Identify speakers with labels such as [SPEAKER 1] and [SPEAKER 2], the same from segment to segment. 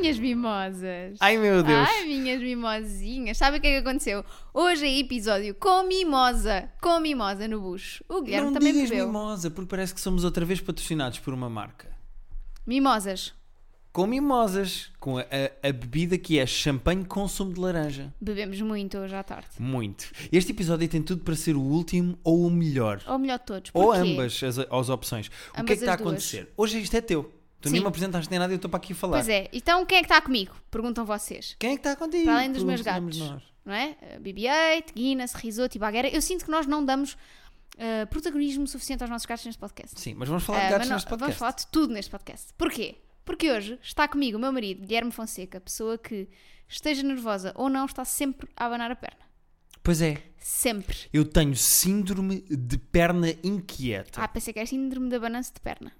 [SPEAKER 1] minhas mimosas.
[SPEAKER 2] Ai meu Deus.
[SPEAKER 1] Ai, minhas mimosinhas. Sabe o que é que aconteceu? Hoje é episódio com mimosa. Com mimosa no bucho. O Guilherme
[SPEAKER 2] não
[SPEAKER 1] também
[SPEAKER 2] digas
[SPEAKER 1] bebeu.
[SPEAKER 2] mimosa, porque parece que somos outra vez patrocinados por uma marca.
[SPEAKER 1] Mimosas.
[SPEAKER 2] Com mimosas, com a, a- a bebida que é champanhe com sumo de laranja.
[SPEAKER 1] Bebemos muito hoje à tarde.
[SPEAKER 2] Muito. Este episódio tem tudo para ser o último ou o melhor.
[SPEAKER 1] Ou melhor, todos.
[SPEAKER 2] Ou
[SPEAKER 1] Porquê?
[SPEAKER 2] ambas as, as opções. o que é
[SPEAKER 1] Ambas
[SPEAKER 2] que está a
[SPEAKER 1] as duas.
[SPEAKER 2] acontecer? Hoje isto é teu. Tu
[SPEAKER 1] Sim.
[SPEAKER 2] nem me apresentaste nem nada e eu estou para aqui falar.
[SPEAKER 1] Pois é. Então quem é que está comigo? Perguntam vocês.
[SPEAKER 2] Quem é que está contigo?
[SPEAKER 1] Para além dos meus
[SPEAKER 2] Perguntamos
[SPEAKER 1] gatos.
[SPEAKER 2] nós.
[SPEAKER 1] Não é? Uh, BB-8, Guinness, risoto e bagueira. Eu sinto que nós não damos uh, protagonismo suficiente aos nossos gatos neste podcast.
[SPEAKER 2] Sim, mas vamos falar de
[SPEAKER 1] Ah,
[SPEAKER 2] gatos
[SPEAKER 1] mas não-
[SPEAKER 2] neste podcast.
[SPEAKER 1] Vamos falar de tudo neste podcast. Porquê? Porque hoje está comigo o meu marido, Guilherme Fonseca, pessoa que esteja nervosa ou não, está sempre a abanar a perna.
[SPEAKER 2] Pois é.
[SPEAKER 1] Sempre.
[SPEAKER 2] Eu tenho síndrome de perna inquieta.
[SPEAKER 1] Ah, pensei que era síndrome de abanança de perna.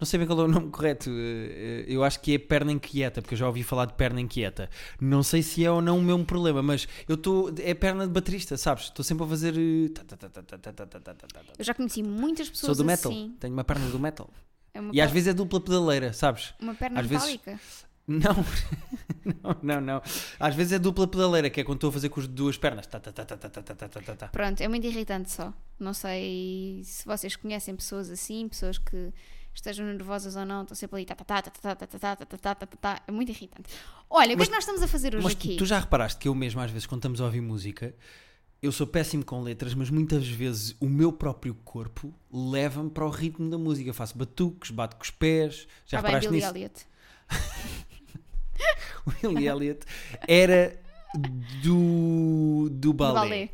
[SPEAKER 2] Não sei bem qual é o nome correto. eh, eh, Eu acho que é perna inquieta, porque eu já ouvi falar de perna inquieta. Não sei se é ou não o mesmo problema, mas eu estou. É perna de baterista, sabes? Estou sempre a fazer. eh, tá, tá, tá, tá, tá, tá, tá, tá, tá, tá, tá.
[SPEAKER 1] Eu já conheci muitas
[SPEAKER 2] Sou
[SPEAKER 1] pessoas
[SPEAKER 2] do metal.
[SPEAKER 1] assim.
[SPEAKER 2] Tenho uma perna do metal.
[SPEAKER 1] É uma,
[SPEAKER 2] E às
[SPEAKER 1] per-
[SPEAKER 2] vezes é dupla pedaleira, sabes?
[SPEAKER 1] uma perna
[SPEAKER 2] às vezes-
[SPEAKER 1] metálica.
[SPEAKER 2] Não. não, não, não. Às vezes é dupla pedaleira, que é quando estou a fazer com as duas pernas. Tá, tá, tá, tá, tá, tá, tá, tá, tá, tá.
[SPEAKER 1] Pronto, é muito irritante só. Não sei se vocês conhecem pessoas assim, pessoas que estejam nervosas ou não, estão sempre ali. Tá, tá, tá, tá, tá, tá, tá, tá, tá, tá, tá, tá, tá. É muito irritante. Olha, o que é que nós estamos a fazer hoje
[SPEAKER 2] Mas tu,
[SPEAKER 1] aqui?
[SPEAKER 2] tu já reparaste que eu mesmo, às vezes, quando estamos a ouvir música, eu sou péssimo com letras, mas muitas vezes o meu próprio corpo leva-me para o ritmo da música. Eu faço batuques, bato com os pés. Já
[SPEAKER 1] ah, bem,
[SPEAKER 2] reparaste
[SPEAKER 1] Billy
[SPEAKER 2] nisso?
[SPEAKER 1] Elliot.
[SPEAKER 2] O Billy Elliot era do,
[SPEAKER 1] Do
[SPEAKER 2] do balé.
[SPEAKER 1] balé.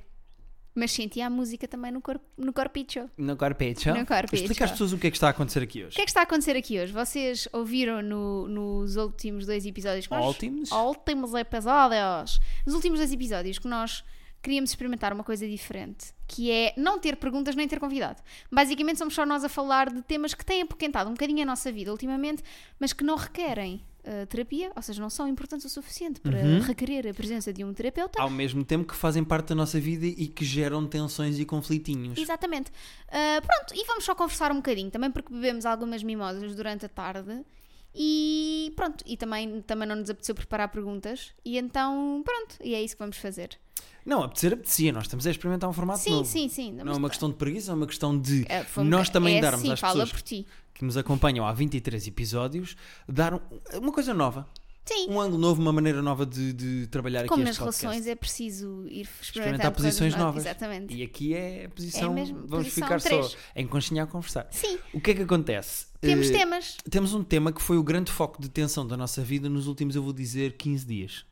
[SPEAKER 1] Mas sentia a música também no, corpo, no corpicho. O
[SPEAKER 2] No corpecho.
[SPEAKER 1] No corpecho.
[SPEAKER 2] Explica às pessoas o que é que está a acontecer aqui hoje.
[SPEAKER 1] que é que está a acontecer aqui hoje? Vocês ouviram no- nos últimos dois episódios que nós...
[SPEAKER 2] Últimos?
[SPEAKER 1] Últimos episódios. Nos últimos dois episódios que nós queríamos experimentar uma coisa diferente, que é não ter perguntas nem ter convidado. Basicamente somos só nós a falar de temas que têm apoquentado um bocadinho a nossa vida ultimamente, mas que não requerem eh, terapia, ou seja, não são importantes o suficiente para requerer a presença de um terapeuta.
[SPEAKER 2] Ao mesmo tempo que fazem parte da nossa vida e que geram tensões e conflitinhos.
[SPEAKER 1] Exatamente. Ah, pronto, e vamos só conversar um bocadinho também, porque bebemos algumas mimosas durante a tarde e pronto, e também, também não nos apeteceu preparar perguntas, e então pronto, e é isso que vamos fazer.
[SPEAKER 2] Não, apetecer, apetecia. Nós estamos a experimentar um formato
[SPEAKER 1] sim,
[SPEAKER 2] novo.
[SPEAKER 1] sim, sim.
[SPEAKER 2] Não é uma questão de preguiça, é uma questão de
[SPEAKER 1] É, foi um
[SPEAKER 2] nós
[SPEAKER 1] boca-
[SPEAKER 2] também
[SPEAKER 1] é
[SPEAKER 2] darmos
[SPEAKER 1] assim,
[SPEAKER 2] às
[SPEAKER 1] fala
[SPEAKER 2] pessoas
[SPEAKER 1] por ti.
[SPEAKER 2] que nos acompanham há 23 episódios, dar um- uma coisa nova,
[SPEAKER 1] Sim,
[SPEAKER 2] um ângulo novo, uma maneira nova de, de trabalhar
[SPEAKER 1] como
[SPEAKER 2] aqui
[SPEAKER 1] nas
[SPEAKER 2] este podcast.
[SPEAKER 1] relações é preciso ir
[SPEAKER 2] Experimentar
[SPEAKER 1] experimentar, coisas
[SPEAKER 2] posições novas.
[SPEAKER 1] Exatamente.
[SPEAKER 2] E aqui é a posição.
[SPEAKER 1] É mesmo,
[SPEAKER 2] vamos
[SPEAKER 1] posição
[SPEAKER 2] ficar
[SPEAKER 1] três.
[SPEAKER 2] só em conchinha a conversar.
[SPEAKER 1] Sim,
[SPEAKER 2] O que é que acontece?
[SPEAKER 1] temos
[SPEAKER 2] Eh,
[SPEAKER 1] temas.
[SPEAKER 2] Temos um tema que foi o grande foco de tensão da nossa vida nos últimos, eu vou dizer, 15 dias.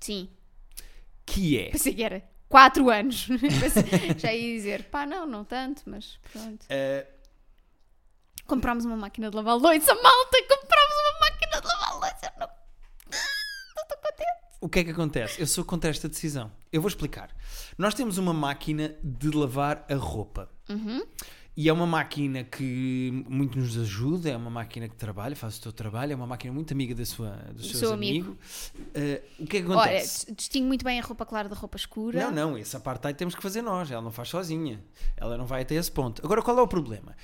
[SPEAKER 1] Sim,
[SPEAKER 2] Que é.
[SPEAKER 1] pensei que era 4 anos. Pensei- Já ia dizer, pá, não, não tanto, mas pronto.
[SPEAKER 2] eh,
[SPEAKER 1] Comprámos uma máquina de lavar louça, malta! Comprámos uma máquina de lavar louça! Não, Ah, não estou contente.
[SPEAKER 2] O que é que acontece? Eu sou contra esta decisão. Eu vou explicar. Nós temos uma máquina de lavar a roupa.
[SPEAKER 1] Uhum.
[SPEAKER 2] E é uma máquina que muito nos ajuda, é uma máquina que trabalha, faz o teu trabalho, é uma máquina muito amiga da sua, dos
[SPEAKER 1] Do
[SPEAKER 2] seus
[SPEAKER 1] seu
[SPEAKER 2] amigos. Eh, o que é que
[SPEAKER 1] Olha,
[SPEAKER 2] acontece?
[SPEAKER 1] dis- distingo muito bem a roupa clara da roupa escura.
[SPEAKER 2] Não, não, essa parte aí temos que fazer nós. Ela não faz sozinha. Ela não vai até esse ponto. Agora, qual é o problema?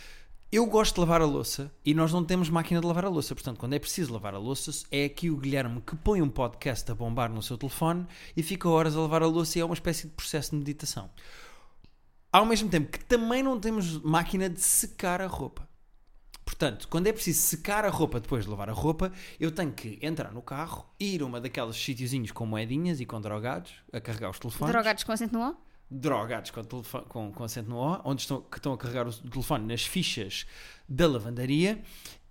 [SPEAKER 2] Eu gosto de lavar a louça e nós não temos máquina de lavar a louça. Portanto, quando é preciso lavar a louça, é aqui o Guilherme que põe um podcast a bombar no seu telefone e fica horas a lavar a louça e é uma espécie de processo de meditação. Ao mesmo tempo que também não temos máquina de secar a roupa. Portanto, quando é preciso secar a roupa depois de lavar a roupa, eu tenho que entrar no carro, ir a uma daqueles sítiozinhos com moedinhas e com drogados, a carregar os telefones
[SPEAKER 1] Drogados com acento no O?
[SPEAKER 2] drogados com, telefone, com, com acento no O, onde estão, que estão a carregar o telefone nas fichas da lavandaria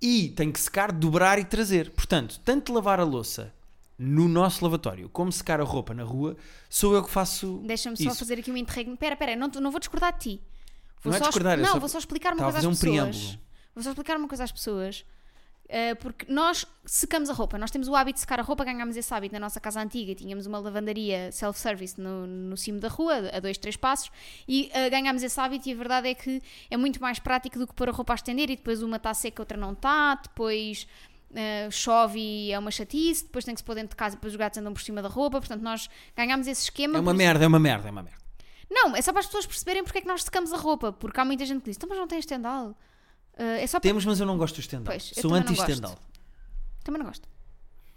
[SPEAKER 2] e tem que secar, dobrar e trazer. Portanto, tanto lavar a louça no nosso lavatório como secar a roupa na rua, sou eu que faço.
[SPEAKER 1] Deixa-me só
[SPEAKER 2] isso.
[SPEAKER 1] fazer aqui um interregno. Pera, pera, não, não vou discordar de ti. Vou
[SPEAKER 2] Não é
[SPEAKER 1] só
[SPEAKER 2] discordar, é
[SPEAKER 1] não,
[SPEAKER 2] só-
[SPEAKER 1] vou só explicar uma
[SPEAKER 2] Estava
[SPEAKER 1] coisa
[SPEAKER 2] a
[SPEAKER 1] às
[SPEAKER 2] fazer um
[SPEAKER 1] pessoas.
[SPEAKER 2] preâmbulo.
[SPEAKER 1] Vou só explicar uma coisa às pessoas. Uh, porque nós secamos a roupa, nós temos o hábito de secar a roupa, ganhámos esse hábito na nossa casa antiga, tínhamos uma lavandaria self-service no, no cimo da rua, a dois, três passos, e uh, ganhámos esse hábito e a verdade é que é muito mais prático do que pôr a roupa a estender e depois uma está seca, outra não está, depois uh, chove e é uma chatice, depois tem que se pôr dentro de casa e depois os gatos andam por cima da roupa, portanto nós ganhámos esse esquema.
[SPEAKER 2] É
[SPEAKER 1] por
[SPEAKER 2] uma merda, é uma merda, é uma merda.
[SPEAKER 1] não, é só para as pessoas perceberem porque é que nós secamos a roupa, porque há muita gente que diz, "Então, mas não tem estendal. Ah, é só para...
[SPEAKER 2] Temos, mas eu não gosto do stand-up.
[SPEAKER 1] Pois, eu
[SPEAKER 2] Sou
[SPEAKER 1] também não
[SPEAKER 2] anti-stand-up.
[SPEAKER 1] Também não gosto.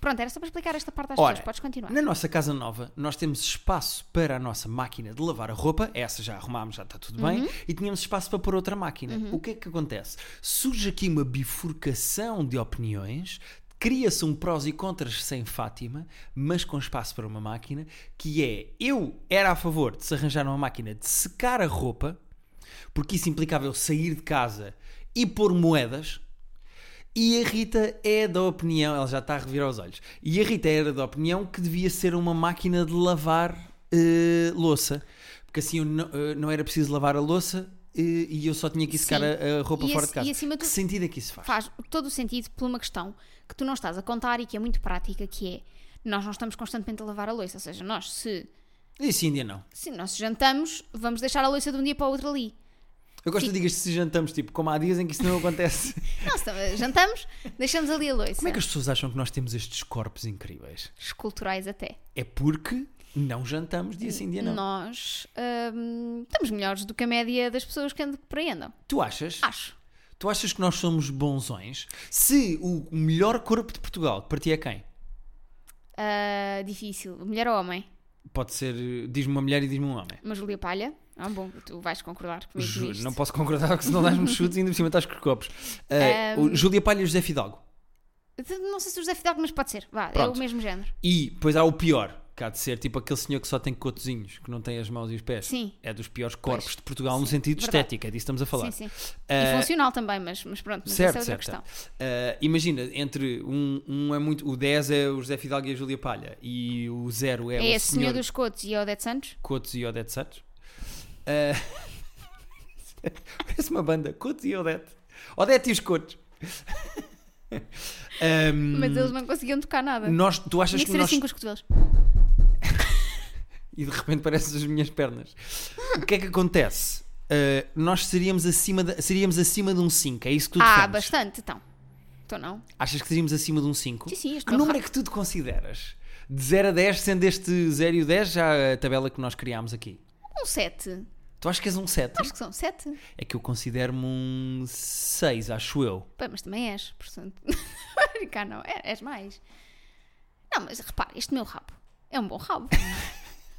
[SPEAKER 1] Pronto, era só para explicar esta parte às
[SPEAKER 2] Ora,
[SPEAKER 1] pessoas. Podes continuar.
[SPEAKER 2] Na nossa casa nova, nós temos espaço para a nossa máquina de lavar a roupa, essa já arrumámos, já está tudo bem, e tínhamos espaço para pôr outra máquina. O que é que acontece? Surge aqui uma bifurcação de opiniões. Cria-se um prós e contras sem Fátima, mas com espaço para uma máquina, que é eu era a favor de se arranjar uma máquina de secar a roupa, porque isso implicava eu sair de casa e pôr moedas. E a Rita é da opinião, ela já está a revirar os olhos. E a Rita era da opinião que devia ser uma máquina de lavar eh, louça, porque assim eu não, eh, não era preciso lavar a louça eh, e eu só tinha que secar
[SPEAKER 1] Sim.
[SPEAKER 2] a, a roupa
[SPEAKER 1] E
[SPEAKER 2] fora
[SPEAKER 1] ac-
[SPEAKER 2] de casa.
[SPEAKER 1] e acima de
[SPEAKER 2] que
[SPEAKER 1] tudo-
[SPEAKER 2] sentido é que isso faz?
[SPEAKER 1] Faz todo o sentido por uma questão que tu não estás a contar e que é muito prática, que é nós não estamos constantemente a lavar a louça. Ou seja, nós se,
[SPEAKER 2] Isso ainda não.
[SPEAKER 1] se nós jantamos, vamos deixar a louça de um dia para o outro ali.
[SPEAKER 2] Eu gosto de digas se jantamos, tipo, como há dias em que isso não acontece.
[SPEAKER 1] Não, se eh, jantamos, deixamos ali a louça.
[SPEAKER 2] como é que as pessoas acham que nós temos estes corpos incríveis?
[SPEAKER 1] Esculturais até.
[SPEAKER 2] É porque não jantamos dia sim, dia não.
[SPEAKER 1] Nós hum, estamos melhores do que a média das pessoas que andam por aí andam.
[SPEAKER 2] Tu achas?
[SPEAKER 1] Acho.
[SPEAKER 2] Tu achas que nós somos bonzões? Se o melhor corpo de Portugal para ti é quem?
[SPEAKER 1] Ah, difícil. Mulher ou homem?
[SPEAKER 2] Pode ser, eh, diz-me uma mulher e diz-me um homem.
[SPEAKER 1] Uma Julia Palha? Ah, bom, tu vais concordar comigo
[SPEAKER 2] Juro,
[SPEAKER 1] nisto.
[SPEAKER 2] não posso concordar porque senão dás-me chutes e ainda por cima estás com copos. Eh, o Júlia Palha e o José Fidalgo.
[SPEAKER 1] Não sei se o José Fidalgo, mas pode ser. Vá, é
[SPEAKER 2] Pronto.
[SPEAKER 1] o mesmo género.
[SPEAKER 2] E depois há o pior, que há de ser tipo aquele senhor que só tem cotozinhos, que não tem as mãos e os pés.
[SPEAKER 1] Sim.
[SPEAKER 2] É dos piores corpos de Portugal no sentido
[SPEAKER 1] verdade.
[SPEAKER 2] estético, é disso que estamos a falar.
[SPEAKER 1] Sim, sim.
[SPEAKER 2] Eh,
[SPEAKER 1] e funcional também, mas, mas pronto, mas
[SPEAKER 2] Certo,
[SPEAKER 1] essa é outra
[SPEAKER 2] certo.
[SPEAKER 1] questão.
[SPEAKER 2] certo. Ah, imagina, entre um, um é muito. O 10 é o José Fidalgo e a Júlia Palha. E o 0 é,
[SPEAKER 1] É,
[SPEAKER 2] o
[SPEAKER 1] esse senhor
[SPEAKER 2] senhor
[SPEAKER 1] dos Cotos e a Odete Santos?
[SPEAKER 2] Cotos e Odete Santos. Ah, Parece uma banda. Cotos e Odete. Odete e os Cotos. Ahm,
[SPEAKER 1] Mas eles não conseguiam tocar nada.
[SPEAKER 2] Hum. nós, tu achas
[SPEAKER 1] Tinha que
[SPEAKER 2] que
[SPEAKER 1] ser
[SPEAKER 2] nós.
[SPEAKER 1] assim com os cotovelos.
[SPEAKER 2] E de repente parecem as minhas pernas. O que é que acontece? Ah, nós seríamos acima, de, seríamos acima de um 5. É isso que tu
[SPEAKER 1] Ah,
[SPEAKER 2] defendes?
[SPEAKER 1] bastante, então. Então não.
[SPEAKER 2] Achas que seríamos acima de um 5?
[SPEAKER 1] Sim, sim, este
[SPEAKER 2] Que
[SPEAKER 1] meu
[SPEAKER 2] número é que tu te consideras? De 0 a 10, sendo este 0 e o 10 já a tabela que nós criámos aqui.
[SPEAKER 1] ra- Um 7.
[SPEAKER 2] Tu achas que és um 7?
[SPEAKER 1] Acho que são 7.
[SPEAKER 2] É que eu considero-me um 6, acho eu.
[SPEAKER 1] Pá, mas também és, portanto. Cá não, é- és mais. Não, mas repare, este meu rabo é um bom rabo.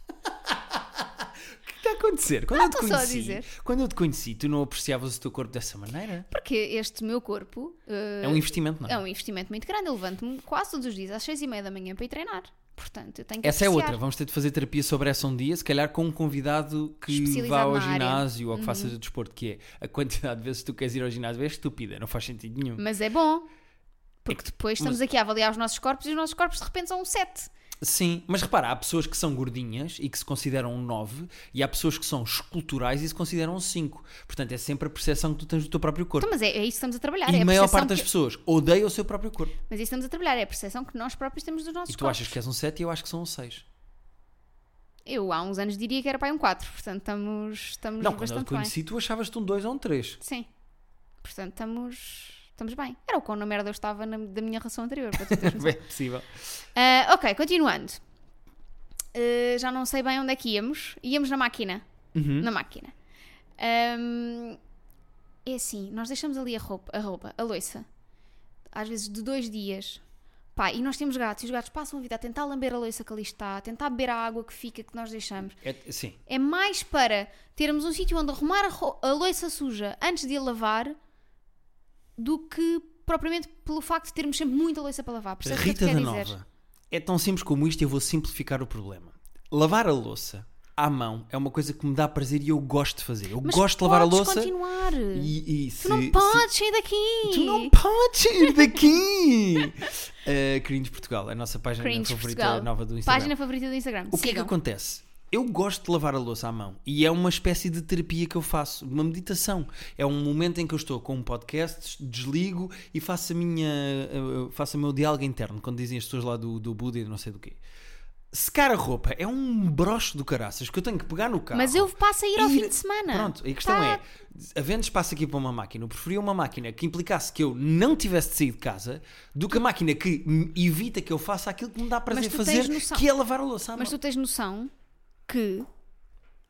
[SPEAKER 2] O que está a acontecer? Quando eu te
[SPEAKER 1] Ah, estou só a
[SPEAKER 2] conheci,
[SPEAKER 1] dizer.
[SPEAKER 2] quando eu te conheci, tu não apreciavas o teu corpo dessa maneira?
[SPEAKER 1] Porque este meu corpo eh,
[SPEAKER 2] É um investimento, não é?
[SPEAKER 1] é um investimento muito grande. Eu levanto-me quase todos os dias às 6 e meia da manhã para ir treinar. Portanto, eu tenho que
[SPEAKER 2] Essa é
[SPEAKER 1] apreciar.
[SPEAKER 2] outra, vamos ter de fazer terapia sobre essa um dia, se calhar com um convidado que vá
[SPEAKER 1] Especializado
[SPEAKER 2] ao
[SPEAKER 1] na área. Uhum.
[SPEAKER 2] ginásio ou que faça desporto, que é a quantidade de vezes que tu queres ir ao ginásio é estúpida, não faz sentido nenhum.
[SPEAKER 1] Mas é bom.
[SPEAKER 2] É
[SPEAKER 1] Porque depois estamos aqui a avaliar os nossos corpos e os nossos corpos de repente são um 7.
[SPEAKER 2] Sim, mas repara, há pessoas que são gordinhas e que se consideram um 9 e há pessoas que são esculturais e se consideram um 5. Portanto, é sempre a percepção que tu tens do teu próprio corpo.
[SPEAKER 1] Então, mas é, é isso que estamos a trabalhar.
[SPEAKER 2] e
[SPEAKER 1] é
[SPEAKER 2] a
[SPEAKER 1] a
[SPEAKER 2] maior
[SPEAKER 1] percepção
[SPEAKER 2] parte das
[SPEAKER 1] que-
[SPEAKER 2] pessoas odeia o seu próprio corpo.
[SPEAKER 1] Mas isso que estamos a trabalhar. É a percepção que nós próprios temos dos nossos
[SPEAKER 2] E tu
[SPEAKER 1] corpos.
[SPEAKER 2] achas que és um 7 e eu acho que sou um 6.
[SPEAKER 1] Eu há uns anos diria que era para aí um 4. Portanto, estamos, estamos
[SPEAKER 2] Não, quando eu te
[SPEAKER 1] bastante bem.
[SPEAKER 2] conheci, tu achavas-te um 2 ou um 3.
[SPEAKER 1] Sim. Portanto, estamos, estamos bem. Era o quão na merda eu estava na- da minha relação anterior. para tu teres noção.
[SPEAKER 2] É possível.
[SPEAKER 1] Ah, ok, continuando. Ah, já não sei bem onde é que íamos. Íamos na máquina.
[SPEAKER 2] Uhum.
[SPEAKER 1] Na máquina. Ahm, é assim, nós deixamos ali a roupa, a roupa, a loiça, às vezes de dois dias. Pá, e nós temos gatos, e os gatos passam a vida a tentar lamber a loiça que ali está, a tentar beber a água que fica, que nós deixamos.
[SPEAKER 2] É- sim.
[SPEAKER 1] É mais para termos um sítio onde arrumar a, ro- a loiça suja antes de a lavar do que propriamente pelo facto de termos sempre muita loiça para lavar. Percebes o que eu te
[SPEAKER 2] Rita da
[SPEAKER 1] quero
[SPEAKER 2] Nova.
[SPEAKER 1] dizer?
[SPEAKER 2] É tão simples como isto, eu vou simplificar o problema. Lavar a louça à mão é uma coisa que me dá prazer e eu gosto de fazer. Eu
[SPEAKER 1] Mas
[SPEAKER 2] gosto de lavar a
[SPEAKER 1] podes
[SPEAKER 2] louça.
[SPEAKER 1] continuar.
[SPEAKER 2] E, e
[SPEAKER 1] Tu não
[SPEAKER 2] se- se-
[SPEAKER 1] podes sair daqui.
[SPEAKER 2] Tu não podes ir daqui! uh, Cringe Portugal, a nossa página
[SPEAKER 1] Cringe
[SPEAKER 2] favorita
[SPEAKER 1] Portugal.
[SPEAKER 2] nova do Instagram.
[SPEAKER 1] Página favorita do Instagram.
[SPEAKER 2] O que é que
[SPEAKER 1] Sigam.
[SPEAKER 2] acontece? Eu gosto de lavar a louça à mão e é uma espécie de terapia que eu faço, uma meditação. É um momento em que eu estou com um podcast, desligo e faço a minha, uh, uh, faço o meu diálogo interno, quando dizem as pessoas lá do, do Buda e não sei do quê. Secar a roupa é um broche do caraças que eu tenho que pegar no carro.
[SPEAKER 1] Mas eu passo a ir ao
[SPEAKER 2] Ir-
[SPEAKER 1] fim de semana.
[SPEAKER 2] Pronto, a questão
[SPEAKER 1] Tá.
[SPEAKER 2] é: havendo espaço aqui para uma máquina, eu preferia uma máquina que implicasse que eu não tivesse de sair de casa do que a máquina que me evita que eu faça aquilo que me dá prazer
[SPEAKER 1] Mas tu
[SPEAKER 2] fazer,
[SPEAKER 1] tens noção.
[SPEAKER 2] que é lavar a louça. à
[SPEAKER 1] Mas tu
[SPEAKER 2] mão.
[SPEAKER 1] tens noção que.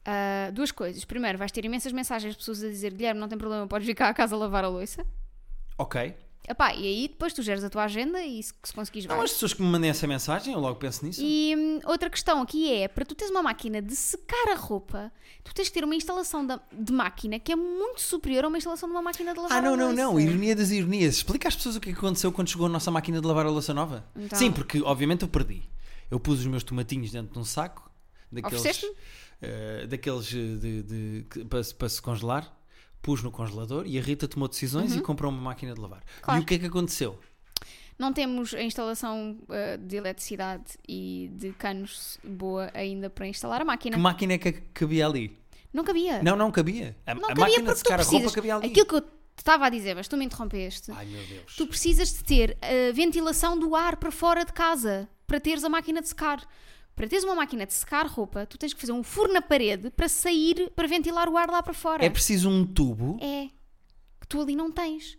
[SPEAKER 1] ah, duas coisas. Primeiro, vais ter imensas mensagens de pessoas a dizer: Guilherme, não tem problema, podes vir cá a casa lavar a louça.
[SPEAKER 2] Ok.
[SPEAKER 1] Epá, e aí depois tu geres a tua agenda e se, se conseguires
[SPEAKER 2] Não, é.
[SPEAKER 1] vais.
[SPEAKER 2] as pessoas que me mandem essa mensagem, eu logo penso nisso.
[SPEAKER 1] E hum, outra questão aqui é, para tu teres uma máquina de secar a roupa, tu tens que ter uma instalação da- de máquina que é muito superior a uma instalação de uma máquina de lavar
[SPEAKER 2] Ah, não,
[SPEAKER 1] a
[SPEAKER 2] não,
[SPEAKER 1] louça.
[SPEAKER 2] não. Ironia das ironias. Explica às pessoas o que é que aconteceu quando chegou a nossa máquina de lavar a louça nova.
[SPEAKER 1] Então.
[SPEAKER 2] Sim, porque obviamente eu perdi. Eu pus os meus tomatinhos dentro de um saco. Daqueles,
[SPEAKER 1] Ofereceste-me?
[SPEAKER 2] eh, daqueles eh, de, de- que- para, se- para se congelar. Pus no congelador e a Rita tomou decisões e comprou uma máquina de lavar.
[SPEAKER 1] Uhum. Claro.
[SPEAKER 2] E o que é que aconteceu?
[SPEAKER 1] Não temos a instalação eh, de eletricidade e de canos boa ainda para instalar a máquina.
[SPEAKER 2] Que máquina é que cabia ali?
[SPEAKER 1] Não cabia.
[SPEAKER 2] Não, não cabia. A,
[SPEAKER 1] Tá. Não
[SPEAKER 2] a
[SPEAKER 1] cabia porque
[SPEAKER 2] máquina de
[SPEAKER 1] tu
[SPEAKER 2] secar a roupa
[SPEAKER 1] precisas.
[SPEAKER 2] cabia ali.
[SPEAKER 1] Aquilo que eu te estava a dizer, mas tu me interrompeste.
[SPEAKER 2] Ai meu Deus.
[SPEAKER 1] Tu precisas de ter a ventilação do ar para fora de casa para teres a máquina de secar. Para teres uma máquina de secar roupa, tu tens que fazer um furo na parede para sair, para ventilar o ar lá para fora.
[SPEAKER 2] É preciso um tubo.
[SPEAKER 1] É. Que tu ali não tens.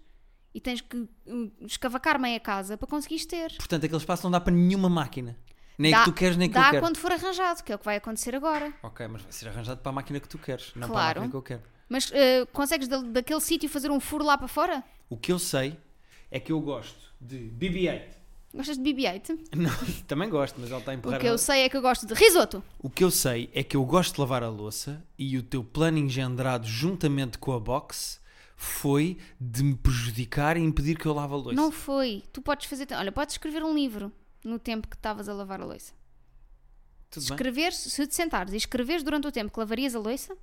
[SPEAKER 1] E tens que hum, escavacar meia casa para conseguires ter.
[SPEAKER 2] Portanto, aquele espaço não dá para nenhuma máquina. Nem a que tu queres, nem a que
[SPEAKER 1] dá
[SPEAKER 2] eu quero.
[SPEAKER 1] quando for arranjado, que é o que vai acontecer agora.
[SPEAKER 2] Ok, mas vai ser arranjado para a máquina que tu queres, não para a
[SPEAKER 1] Claro.
[SPEAKER 2] máquina que eu quero.
[SPEAKER 1] Mas eh, consegues da- daquele sítio fazer um furo lá para fora?
[SPEAKER 2] O que eu sei é que eu gosto de BB-8.
[SPEAKER 1] Gostas de BB-8?
[SPEAKER 2] Não, também gosto, mas ela está a
[SPEAKER 1] O
[SPEAKER 2] empurrar.
[SPEAKER 1] que eu
[SPEAKER 2] a-
[SPEAKER 1] sei é que eu gosto de risoto.
[SPEAKER 2] O que eu sei é que eu gosto de lavar a louça e o teu plano engendrado juntamente com a box foi de me prejudicar e impedir que eu lave a louça.
[SPEAKER 1] Não foi. Tu podes fazer. Olha, podes escrever um livro no tempo que estavas a lavar a louça.
[SPEAKER 2] Tudo bem?
[SPEAKER 1] Escrever, se te sentares e escreveres durante o tempo que lavarias a louça,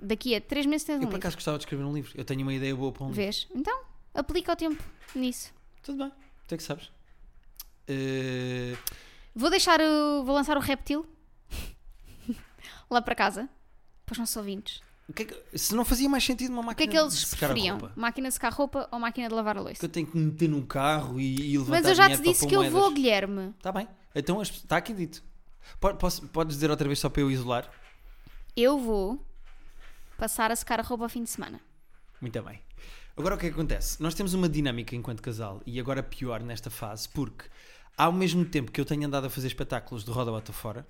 [SPEAKER 1] daqui a três meses tens um
[SPEAKER 2] Eu por
[SPEAKER 1] livro.
[SPEAKER 2] acaso gostava de escrever um livro. Eu tenho uma ideia boa para um livro.
[SPEAKER 1] Vês? Então, aplica o tempo nisso.
[SPEAKER 2] Tudo bem, tu é que sabes. Eh,
[SPEAKER 1] Vou deixar o. Vou lançar o reptil lá para casa. Para os nossos ouvintes.
[SPEAKER 2] o que é que- se não fazia mais sentido uma
[SPEAKER 1] O que é
[SPEAKER 2] máquina
[SPEAKER 1] que
[SPEAKER 2] de
[SPEAKER 1] eles
[SPEAKER 2] secar a
[SPEAKER 1] preferiam?
[SPEAKER 2] roupa?
[SPEAKER 1] Máquina de secar roupa ou máquina de lavar a
[SPEAKER 2] que
[SPEAKER 1] louça?
[SPEAKER 2] eu tenho que me meter num carro e, e levantar
[SPEAKER 1] Mas eu já te
[SPEAKER 2] dinheiro para
[SPEAKER 1] disse
[SPEAKER 2] pôr
[SPEAKER 1] que eu
[SPEAKER 2] moedas.
[SPEAKER 1] vou, Guilherme.
[SPEAKER 2] Está bem. Então as- está aqui dito. Po- posso- podes dizer outra vez só para eu isolar?
[SPEAKER 1] Eu vou passar a secar a roupa ao fim de semana.
[SPEAKER 2] Muito bem. Agora o que é que acontece? Nós temos uma dinâmica enquanto casal e agora pior nesta fase porque ao mesmo tempo que eu tenho andado a fazer espetáculos de Roda Bota Fora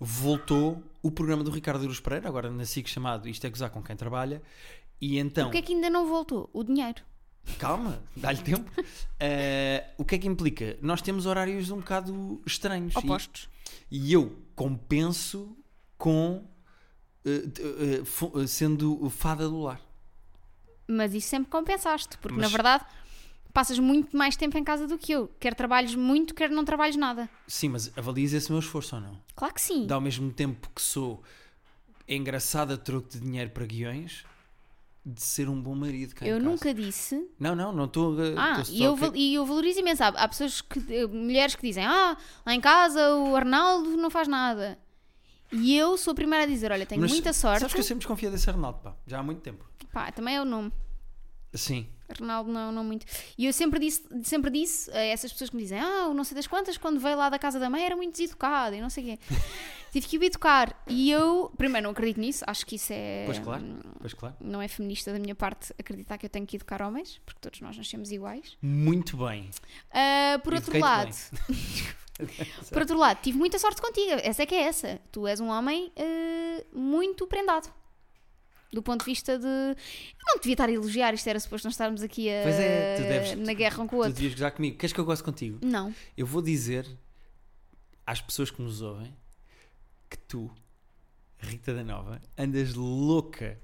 [SPEAKER 2] voltou o programa do Ricardo Urus Pereira, agora na SIC chamado Isto é Gozar com Quem Trabalha e então...
[SPEAKER 1] O que é que ainda não voltou? O dinheiro.
[SPEAKER 2] Calma, dá-lhe tempo. Eh, o que é que implica? Nós temos horários um bocado estranhos. e-
[SPEAKER 1] Opostos.
[SPEAKER 2] E, eu compenso com eh, t- eh, fu- eh, sendo fada do lar.
[SPEAKER 1] Mas isso sempre compensaste, porque na
[SPEAKER 2] Mas-
[SPEAKER 1] verdade passas muito mais tempo em casa do que eu. Quer trabalhes muito, quer não trabalhes nada.
[SPEAKER 2] Sim, mas avalias esse meu esforço ou não?
[SPEAKER 1] Claro que sim.
[SPEAKER 2] Dá ao mesmo tempo que sou engraçada a troco de dinheiro para guiões, de ser um bom marido. cá em
[SPEAKER 1] eu
[SPEAKER 2] casa.
[SPEAKER 1] nunca disse.
[SPEAKER 2] Não, não, não estou. eh,
[SPEAKER 1] Ah,
[SPEAKER 2] estou
[SPEAKER 1] e
[SPEAKER 2] só
[SPEAKER 1] eu,
[SPEAKER 2] a-
[SPEAKER 1] val- e eu valorizo imenso. Há, há pessoas que, eh, mulheres que dizem: Ah, lá em casa o Arnaldo não faz nada. E eu sou a primeira a dizer: Olha, tenho
[SPEAKER 2] Mas
[SPEAKER 1] muita sorte.
[SPEAKER 2] Sabes que eu sempre desconfiei desse Arnaldo, pá, já há muito tempo.
[SPEAKER 1] Pá, também é o nome.
[SPEAKER 2] Sim.
[SPEAKER 1] Ronaldo não, não muito. E eu sempre disse, sempre disse a essas pessoas que me dizem, ah, o não sei das quantas, quando veio lá da casa da mãe era muito deseducado e não sei o quê. Tive que o educar. E eu, primeiro, não acredito nisso, acho que isso é.
[SPEAKER 2] Pois claro, pois claro.
[SPEAKER 1] Não é feminista da minha parte acreditar que eu tenho que educar homens, porque todos nós nascemos iguais.
[SPEAKER 2] Muito bem.
[SPEAKER 1] Ah, por outro
[SPEAKER 2] Eduquei-te
[SPEAKER 1] lado. por outro lado, tive muita sorte contigo. Essa é que é essa. Tu és um homem ah, muito prendado. Do ponto de vista de. Eu não te devia estar a elogiar, isto era suposto nós estarmos aqui a...
[SPEAKER 2] Pois é, tu deves-
[SPEAKER 1] na guerra um com o
[SPEAKER 2] Tu
[SPEAKER 1] outro.
[SPEAKER 2] devias gozar comigo. Queres que eu goste contigo?
[SPEAKER 1] Não.
[SPEAKER 2] Eu vou dizer às pessoas que nos ouvem que tu, Rita da Nova, andas louca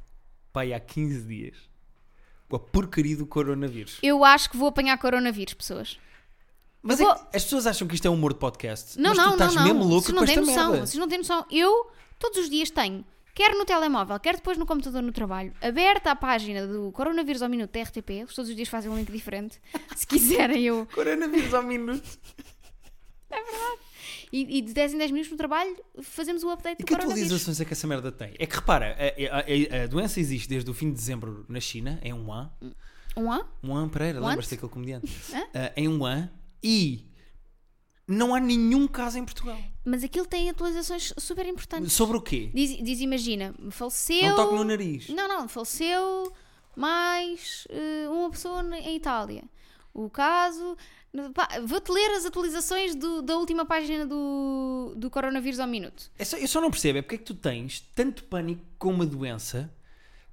[SPEAKER 2] pai há 15 dias com a porcaria do coronavírus.
[SPEAKER 1] Eu acho que vou apanhar coronavírus, pessoas.
[SPEAKER 2] Mas
[SPEAKER 1] Eu
[SPEAKER 2] é
[SPEAKER 1] vou-
[SPEAKER 2] que as pessoas acham que isto é humor de podcast.
[SPEAKER 1] Não,
[SPEAKER 2] mas
[SPEAKER 1] não,
[SPEAKER 2] tu estás
[SPEAKER 1] não, não.
[SPEAKER 2] mesmo louca
[SPEAKER 1] Vocês não
[SPEAKER 2] com
[SPEAKER 1] têm
[SPEAKER 2] esta
[SPEAKER 1] noção.
[SPEAKER 2] merda.
[SPEAKER 1] Vocês não têm noção. Eu, todos os dias, tenho, quer no telemóvel, quer depois no computador no trabalho, aberta a página do Coronavírus ao Minuto da RTP. Eles todos os dias fazem um link diferente. Se quiserem, eu.
[SPEAKER 2] Coronavírus ao minuto.
[SPEAKER 1] E, e de 10 em 10 minutos no trabalho, fazemos o update
[SPEAKER 2] E
[SPEAKER 1] do
[SPEAKER 2] que
[SPEAKER 1] coronavírus.
[SPEAKER 2] atualizações é que essa merda tem? É que repara, a, a- a- a doença existe desde o fim de dezembro na China, em Wuhan.
[SPEAKER 1] Um A?
[SPEAKER 2] Juan Pereira,
[SPEAKER 1] What?
[SPEAKER 2] lembras-te daquele comediante?
[SPEAKER 1] Hã?
[SPEAKER 2] Ah, em Juan e não há nenhum caso em Portugal.
[SPEAKER 1] Mas aquilo tem atualizações super importantes.
[SPEAKER 2] Sobre o quê?
[SPEAKER 1] Diz, diz, imagina, faleceu.
[SPEAKER 2] Não toque no nariz.
[SPEAKER 1] Não, não, faleceu mais eh, uma pessoa na- em Itália. O caso. Pá, Vou-te ler as atualizações do- da última página do, do coronavírus ao minuto.
[SPEAKER 2] É só- eu só não percebo é porque é que tu tens tanto pânico com uma doença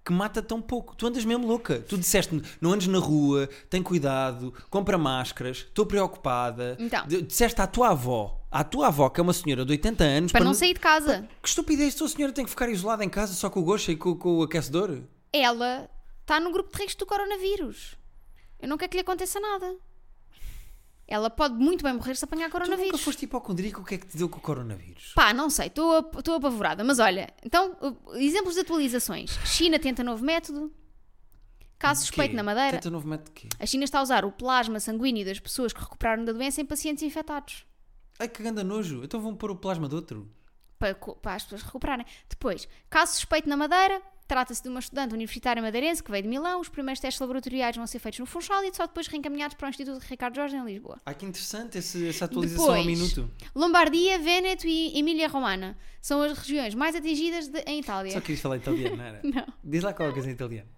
[SPEAKER 2] que mata tão pouco. Tu andas mesmo louca. Tu disseste-me, não andes na rua, tem cuidado, compra máscaras, estou preocupada.
[SPEAKER 1] Então.
[SPEAKER 2] D- Disseste à tua avó, à tua avó, que é uma senhora de 80 anos,
[SPEAKER 1] Para não sair de casa.
[SPEAKER 2] Que estupidez, tua senhora tem que ficar isolada em casa só com o gosto e com, com o aquecedor?
[SPEAKER 1] Ela está no grupo de risco do coronavírus. Eu não quero que lhe aconteça nada. Ela pode muito bem morrer se apanhar
[SPEAKER 2] Tu nunca
[SPEAKER 1] coronavírus.
[SPEAKER 2] foste hipocondríaco, o que é que te deu com o coronavírus?
[SPEAKER 1] Pá, não sei, estou ap- estou apavorada. Mas olha, então, uh, exemplos de atualizações. China tenta novo método. Caso suspeito
[SPEAKER 2] Quê?
[SPEAKER 1] na Madeira.
[SPEAKER 2] Tenta novo método de quê?
[SPEAKER 1] A China está a usar o plasma sanguíneo das pessoas que recuperaram da doença em pacientes infectados.
[SPEAKER 2] Ai, que ganda nojo. Então vão pôr o plasma de outro.
[SPEAKER 1] Para, co- para as pessoas recuperarem. Depois, caso suspeito na Madeira, trata-se de uma estudante universitária madeirense que veio de Milão. Os primeiros testes laboratoriais vão ser feitos no Funchal e só depois reencaminhados para o Instituto Ricardo Jorge em Lisboa.
[SPEAKER 2] Ai, que interessante esse- essa atualização ao
[SPEAKER 1] Depois.
[SPEAKER 2] minuto.
[SPEAKER 1] Lombardia, Véneto e Emília-Romana são as regiões mais atingidas de- em Itália.
[SPEAKER 2] Só querias falar italiano, não era?
[SPEAKER 1] Não.
[SPEAKER 2] Diz lá qual é a coisa em italiano.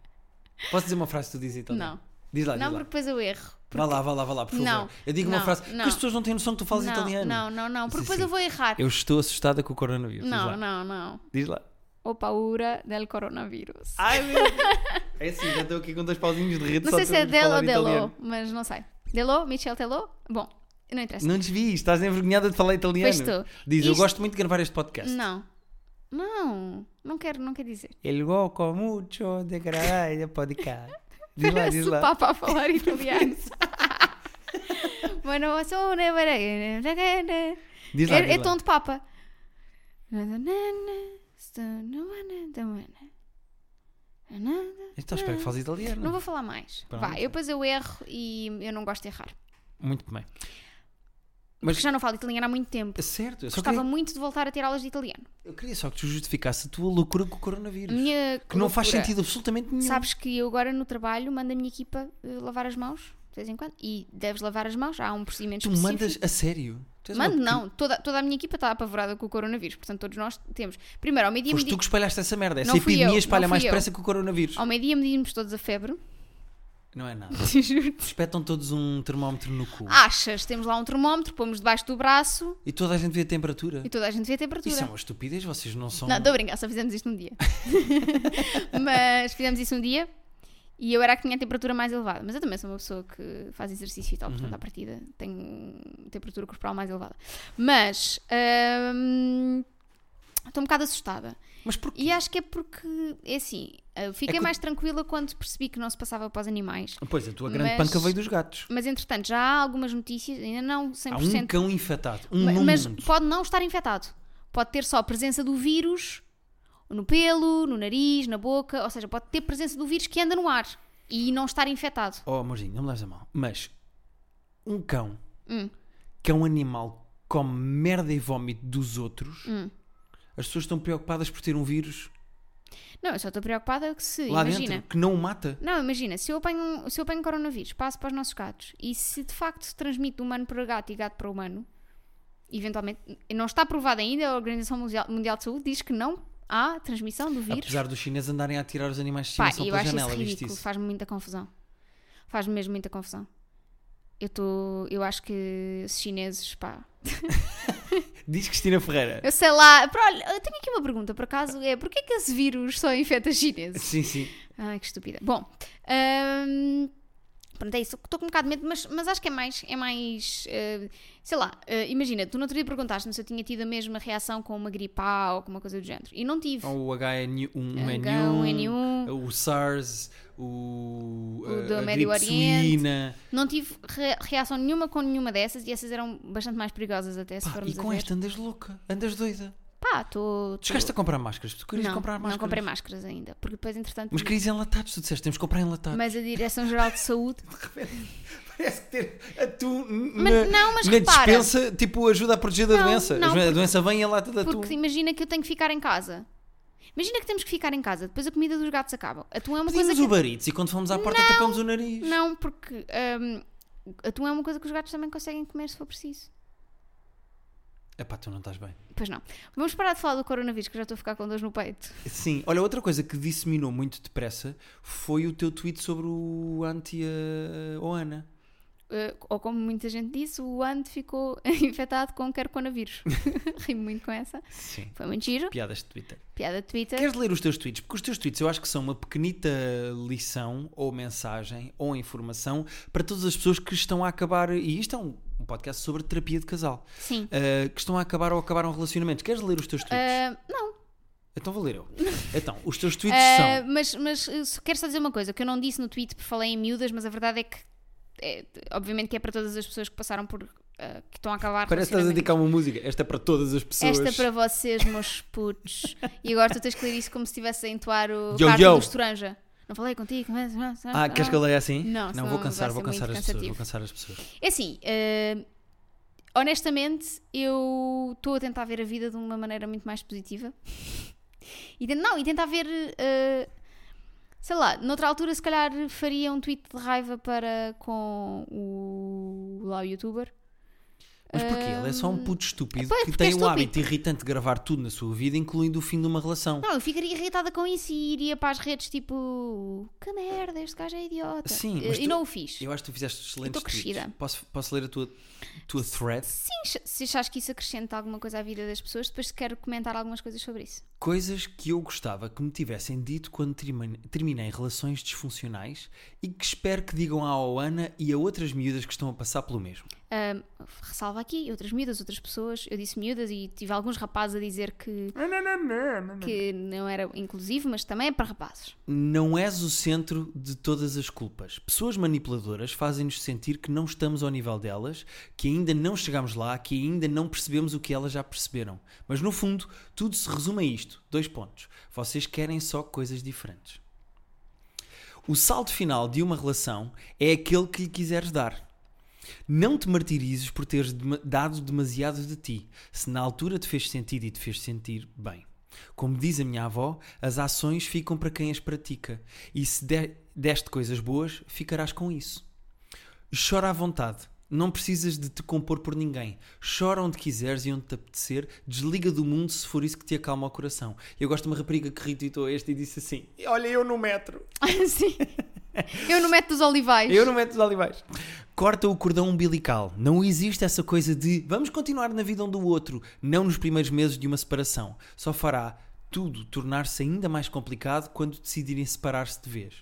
[SPEAKER 2] Posso dizer uma frase que tu dizes em italiano?
[SPEAKER 1] Não.
[SPEAKER 2] Diz é lá, diz
[SPEAKER 1] Não,
[SPEAKER 2] lá.
[SPEAKER 1] porque depois eu erro.
[SPEAKER 2] Vá lá, vá lá, vá lá, por favor.
[SPEAKER 1] Não,
[SPEAKER 2] eu digo uma
[SPEAKER 1] não,
[SPEAKER 2] frase, porque
[SPEAKER 1] não.
[SPEAKER 2] as pessoas não têm noção que tu falas
[SPEAKER 1] não,
[SPEAKER 2] italiano.
[SPEAKER 1] Não, não, não, porque
[SPEAKER 2] Sim,
[SPEAKER 1] depois
[SPEAKER 2] sim.
[SPEAKER 1] eu vou errar.
[SPEAKER 2] Eu estou assustada com o coronavírus. diz
[SPEAKER 1] Não,
[SPEAKER 2] lá.
[SPEAKER 1] não, não.
[SPEAKER 2] Diz lá.
[SPEAKER 1] O paura del coronavírus.
[SPEAKER 2] Ai, meu Deus. É assim, já estou aqui com dois pauzinhos de rede
[SPEAKER 1] Não
[SPEAKER 2] só
[SPEAKER 1] sei se é
[SPEAKER 2] de
[SPEAKER 1] Delo
[SPEAKER 2] falar
[SPEAKER 1] ou Delo,
[SPEAKER 2] italiano.
[SPEAKER 1] mas não sei. Delo, Michel Delo? Bom, não interessa.
[SPEAKER 2] Não desvies, estás envergonhada de falar italiano.
[SPEAKER 1] Pois estou.
[SPEAKER 2] Diz, eu
[SPEAKER 1] Isto-
[SPEAKER 2] gosto muito de gravar este podcast.
[SPEAKER 1] Não. Não, não quero, não quero dizer.
[SPEAKER 2] El goco mucho de gravar este podcast. Diz lá, diz
[SPEAKER 1] Parece o
[SPEAKER 2] lá.
[SPEAKER 1] Papa a falar italiano. Bueno, sou né, para-
[SPEAKER 2] Diz lá,
[SPEAKER 1] É, é
[SPEAKER 2] diz lá.
[SPEAKER 1] tom de Papa.
[SPEAKER 2] Então espero que fales italiano.
[SPEAKER 1] Não vou falar mais.
[SPEAKER 2] Pronto.
[SPEAKER 1] Vá, eu depois eu erro e eu não gosto de errar.
[SPEAKER 2] Muito bem. Mas-
[SPEAKER 1] Mas já não falo italiano há muito tempo.
[SPEAKER 2] É certo, eu só
[SPEAKER 1] Gostava
[SPEAKER 2] queria,
[SPEAKER 1] muito de voltar a ter aulas de italiano.
[SPEAKER 2] eu queria só que tu justificasse a tua loucura com o
[SPEAKER 1] A
[SPEAKER 2] coronavírus.
[SPEAKER 1] minha
[SPEAKER 2] Que não faz
[SPEAKER 1] loucura.
[SPEAKER 2] sentido absolutamente nenhum.
[SPEAKER 1] Sabes que eu agora no trabalho mando a minha equipa eh, lavar as mãos de vez em quando e deves lavar as mãos, há um procedimento
[SPEAKER 2] Tu
[SPEAKER 1] específico.
[SPEAKER 2] mandas a sério? Tu és uma
[SPEAKER 1] Mando,
[SPEAKER 2] pequ-
[SPEAKER 1] não. Toda, toda a minha equipa está apavorada com o coronavírus. Portanto, todos nós temos. Primeiro, ao meio-dia
[SPEAKER 2] Foste tu
[SPEAKER 1] medi-
[SPEAKER 2] que espalhaste essa merda. Essa
[SPEAKER 1] Não fui
[SPEAKER 2] epidemia
[SPEAKER 1] eu,
[SPEAKER 2] espalha
[SPEAKER 1] não fui
[SPEAKER 2] mais
[SPEAKER 1] eu. Oh.
[SPEAKER 2] depressa que o coronavírus.
[SPEAKER 1] ao meio-dia medimos todos a febre.
[SPEAKER 2] Não é nada.
[SPEAKER 1] Juro-te.
[SPEAKER 2] Espetam todos um termómetro no cu.
[SPEAKER 1] Achas? Temos lá um termómetro, pomos debaixo do braço
[SPEAKER 2] E toda a gente vê a temperatura.
[SPEAKER 1] e toda a gente vê a temperatura.
[SPEAKER 2] Isso é uma estupidez, vocês não são.
[SPEAKER 1] Não, estou a brincar, só fizemos isto um dia. Mas fizemos isso um dia e eu era a que tinha a temperatura mais elevada. Mas eu também sou uma pessoa que faz exercício e tal,
[SPEAKER 2] Uhum.
[SPEAKER 1] portanto, à partida tenho temperatura corporal mais elevada. Mas hum, estou um bocado assustada.
[SPEAKER 2] Mas porquê?
[SPEAKER 1] E acho que é porque, é assim, eu fiquei
[SPEAKER 2] que-
[SPEAKER 1] mais tranquila quando percebi que não se passava para os animais.
[SPEAKER 2] Pois, a tua
[SPEAKER 1] Mas-
[SPEAKER 2] grande panca veio dos gatos.
[SPEAKER 1] Mas entretanto, já há algumas notícias, ainda não 100%.
[SPEAKER 2] Há um cão infectado. Um
[SPEAKER 1] Ma-
[SPEAKER 2] no
[SPEAKER 1] mas
[SPEAKER 2] mundo.
[SPEAKER 1] pode não estar infectado. Pode ter só a presença do vírus no pelo, no nariz, na boca, ou seja, pode ter presença do vírus que anda no ar e não estar infectado.
[SPEAKER 2] Oh, amorzinho, não me leves a mal. Mas um cão,
[SPEAKER 1] Hum.
[SPEAKER 2] que é um animal que come merda e vómito dos outros,
[SPEAKER 1] Hum.
[SPEAKER 2] as pessoas estão preocupadas por ter um vírus
[SPEAKER 1] Não, eu só estou preocupada que se,
[SPEAKER 2] lá
[SPEAKER 1] imagina.
[SPEAKER 2] dentro que não o mata.
[SPEAKER 1] Não, imagina, se eu, apanho, um- se eu apanho coronavírus, passo para os nossos gatos e se de facto se transmite de humano para gato e gato para humano, eventualmente, não está aprovado ainda, a Organização Mundial, Mundial de Saúde diz que não há transmissão do Um vírus.
[SPEAKER 2] Apesar dos chineses andarem a tirar os animais de
[SPEAKER 1] Pá,
[SPEAKER 2] estimação
[SPEAKER 1] eu
[SPEAKER 2] pela
[SPEAKER 1] acho
[SPEAKER 2] janela,
[SPEAKER 1] isso
[SPEAKER 2] viste
[SPEAKER 1] ridículo,
[SPEAKER 2] isso?
[SPEAKER 1] faz-me muita confusão. Faz-me mesmo muita confusão. Eu estou. Eu acho que os chineses, pá.
[SPEAKER 2] Diz Cristina Ferreira.
[SPEAKER 1] Eu sei lá. Pro- olha, eu tenho aqui uma pergunta, por acaso, é porquê que esse vírus só infecta chineses?
[SPEAKER 2] Sim, sim.
[SPEAKER 1] Ai, que estúpida. Bom, hum, pronto, é isso. Estou com um bocado de medo, mas, mas acho que é mais, é mais eh, sei lá, eh, imagina, tu no outro dia perguntaste-me se eu tinha tido a mesma reação com uma gripe A ou com uma coisa do género. E não tive.
[SPEAKER 2] Então, O H1N1,
[SPEAKER 1] H1N1.
[SPEAKER 2] o SARS, o,
[SPEAKER 1] O
[SPEAKER 2] a-
[SPEAKER 1] do
[SPEAKER 2] a
[SPEAKER 1] Médio
[SPEAKER 2] gripe
[SPEAKER 1] Oriente.
[SPEAKER 2] suína.
[SPEAKER 1] Não tive re- reação nenhuma com nenhuma dessas e essas eram bastante mais perigosas até, se
[SPEAKER 2] Pá,
[SPEAKER 1] formos
[SPEAKER 2] e com
[SPEAKER 1] a ver.
[SPEAKER 2] esta andas louca, andas doida.
[SPEAKER 1] Pá, estou...
[SPEAKER 2] Tu chegaste a comprar máscaras, tu querias
[SPEAKER 1] não,
[SPEAKER 2] comprar máscaras.
[SPEAKER 1] não comprei máscaras ainda, porque depois, entretanto...
[SPEAKER 2] Mas querias enlatados, tu disseste, temos que comprar enlatados.
[SPEAKER 1] Mas a Direção-Geral de Saúde...
[SPEAKER 2] Parece que ter a tu n-
[SPEAKER 1] Mas-
[SPEAKER 2] na,
[SPEAKER 1] não, mas
[SPEAKER 2] na
[SPEAKER 1] repara.
[SPEAKER 2] dispensa, tipo, ajuda a proteger da
[SPEAKER 1] Não,
[SPEAKER 2] doença.
[SPEAKER 1] não,
[SPEAKER 2] a
[SPEAKER 1] porque-
[SPEAKER 2] doença vem e a lata da tu.
[SPEAKER 1] Porque imagina que eu tenho que ficar em casa. Imagina que temos que ficar em casa, depois a comida dos gatos acaba. A tua é uma coisa
[SPEAKER 2] Pedimos
[SPEAKER 1] que...
[SPEAKER 2] o barito e quando fomos à porta tapamos o nariz.
[SPEAKER 1] Não, porque hum, a tua é uma coisa que os gatos também conseguem comer se for preciso.
[SPEAKER 2] Epá, tu não estás bem.
[SPEAKER 1] Pois não. Vamos parar de falar do coronavírus, que eu já estou a ficar com dores no peito.
[SPEAKER 2] Sim, olha, outra coisa que disseminou muito depressa foi o teu tweet sobre o anti-Oana.
[SPEAKER 1] eh, ou como muita gente disse, o Ant ficou infectado com coronavírus. Rimo muito com essa.
[SPEAKER 2] Sim.
[SPEAKER 1] Foi muito giro.
[SPEAKER 2] Piadas de Twitter.
[SPEAKER 1] Piada de Twitter.
[SPEAKER 2] Queres ler os teus tweets? Porque os teus tweets eu acho que são uma pequenita lição ou mensagem ou informação para todas as pessoas que estão a acabar. E isto é um, um podcast sobre terapia de casal.
[SPEAKER 1] Sim.
[SPEAKER 2] ah, que estão a acabar ou acabaram relacionamentos. Queres ler os teus tweets?
[SPEAKER 1] Ah, não.
[SPEAKER 2] Então vou ler eu. Então, os teus tweets
[SPEAKER 1] Ah,
[SPEAKER 2] são.
[SPEAKER 1] mas mas eh, só- quero só dizer uma coisa que eu não disse no tweet porque falei em miúdas, mas a verdade é que é, obviamente que é para todas as pessoas que passaram por ah, que estão a acabar
[SPEAKER 2] Parece que estás a
[SPEAKER 1] relacionamentos.
[SPEAKER 2] dedicar uma música. Esta é para todas as pessoas.
[SPEAKER 1] Esta é para vocês, meus putos. e agora tu tens que ler isso como se estivesse a entoar o
[SPEAKER 2] Yo,
[SPEAKER 1] Carta
[SPEAKER 2] yo.
[SPEAKER 1] dos Toranja. Não falei contigo. mas-
[SPEAKER 2] Ah, queres que eu leia assim?
[SPEAKER 1] Não,
[SPEAKER 2] não
[SPEAKER 1] senão
[SPEAKER 2] vou
[SPEAKER 1] vai
[SPEAKER 2] cansar,
[SPEAKER 1] ser
[SPEAKER 2] vou
[SPEAKER 1] muito
[SPEAKER 2] cansar as pessoas,
[SPEAKER 1] cansativo.
[SPEAKER 2] vou cansar as pessoas.
[SPEAKER 1] É assim, eh, honestamente, eu estou a tentar ver a vida de uma maneira muito mais positiva. E, ten- não, e tentar ver. eh, sei lá, noutra altura, se calhar faria um tweet de raiva para com o. lá o youtuber.
[SPEAKER 2] Mas porquê? Ele é só um puto estúpido
[SPEAKER 1] pois,
[SPEAKER 2] que
[SPEAKER 1] porque Eh, é
[SPEAKER 2] tem o
[SPEAKER 1] estúpido.
[SPEAKER 2] hábito irritante de gravar tudo na sua vida, incluindo o fim de uma relação.
[SPEAKER 1] Não, eu ficaria irritada com isso e iria para as redes tipo. que merda, este gajo é idiota.
[SPEAKER 2] Sim,
[SPEAKER 1] Eh,
[SPEAKER 2] mas
[SPEAKER 1] e
[SPEAKER 2] tu-
[SPEAKER 1] não o fiz.
[SPEAKER 2] Eu acho que tu fizeste excelentes
[SPEAKER 1] Eu tô crescida.
[SPEAKER 2] tweets. Posso, posso ler a tua, tua thread?
[SPEAKER 1] Sim, se achas que isso acrescenta alguma coisa à vida das pessoas, depois quero comentar algumas coisas sobre isso.
[SPEAKER 2] Coisas que eu gostava que me tivessem dito quando termine- terminei relações disfuncionais e que espero que digam à Oana e a outras miúdas que estão a passar pelo mesmo.
[SPEAKER 1] Ahm, ressalva aqui outras miúdas, outras pessoas. Eu disse miúdas e tive alguns rapazes a dizer que, que não era inclusivo, mas também é para rapazes.
[SPEAKER 2] Não és o centro de todas as culpas. Pessoas manipuladoras fazem-nos sentir que não estamos ao nível delas, que ainda não chegamos lá, que ainda não percebemos o que elas já perceberam. Mas no fundo, tudo se resume a isto: dois pontos. Vocês querem só coisas diferentes. O salto final de uma relação é aquele que lhe quiseres dar. Não te martirizes por teres dema- dado demasiado de ti, se na altura te fez sentido e te fez sentir bem. Como diz a minha avó, as ações ficam para quem as pratica, e se de- deste coisas boas, ficarás com isso. Chora à vontade. Não precisas de te compor por ninguém. Chora onde quiseres e onde te apetecer. Desliga do mundo se for isso que te acalma o coração. Eu gosto de uma rapariga que retweetou este e disse assim: Olha, eu no metro.
[SPEAKER 1] Sim. Eu no método dos olivais.
[SPEAKER 2] Eu não meto os olivais. Corta o cordão umbilical. Não existe essa coisa de vamos continuar na vida um do outro, não nos primeiros meses de uma separação. Só fará tudo tornar-se ainda mais complicado quando decidirem separar-se de vez.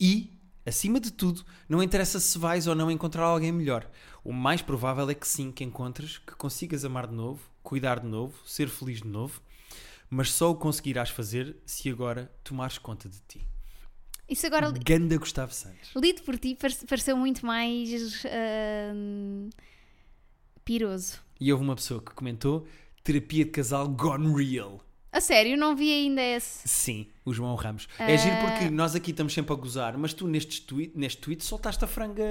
[SPEAKER 2] E, acima de tudo, não interessa se vais ou não encontrar alguém melhor. O mais provável é que sim, que encontres, que consigas amar de novo, cuidar de novo, ser feliz de novo, mas só o conseguirás fazer se agora tomares conta de ti.
[SPEAKER 1] Isso agora li-
[SPEAKER 2] Ganda Gustavo Santos.
[SPEAKER 1] lido por ti parece- pareceu muito mais ahm, piroso.
[SPEAKER 2] E houve uma pessoa que comentou terapia de casal gone real.
[SPEAKER 1] A sério, não vi ainda esse.
[SPEAKER 2] Sim, o João Ramos. É giro
[SPEAKER 1] Ah.
[SPEAKER 2] porque nós aqui estamos sempre a gozar, mas tu nestes tweet, neste tweet soltaste a franga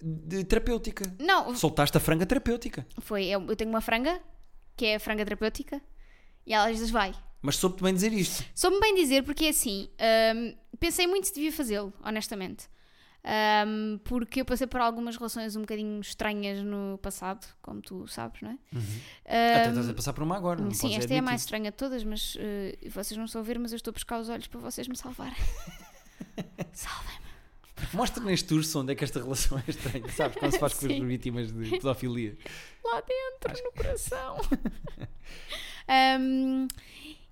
[SPEAKER 2] de terapêutica.
[SPEAKER 1] Não,
[SPEAKER 2] Soltaste a franga terapêutica.
[SPEAKER 1] foi. é, Eu, eu tenho uma franga, que é a franga terapêutica, e ela às vezes vai.
[SPEAKER 2] Mas soube-te bem dizer isto.
[SPEAKER 1] Soube-me bem dizer, porque é assim, hum, pensei muito se devia fazê-lo, honestamente. Hum, porque eu passei por algumas relações um bocadinho estranhas no passado, como tu sabes, não é?
[SPEAKER 2] Uhum. Até estás a passar por uma agora. Não
[SPEAKER 1] Hum, Sim,
[SPEAKER 2] podes
[SPEAKER 1] esta é a
[SPEAKER 2] admitir.
[SPEAKER 1] mais estranha de todas, mas eh, vocês não estão a ver, mas eu estou a pescar os olhos para vocês me salvarem. Salvem-me.
[SPEAKER 2] Mostra neste urso onde é que esta relação é estranha, sabes? Como se faz com as
[SPEAKER 1] Sim. É
[SPEAKER 2] vítimas de pedofilia.
[SPEAKER 1] Lá dentro,
[SPEAKER 2] é
[SPEAKER 1] no coração. Hum,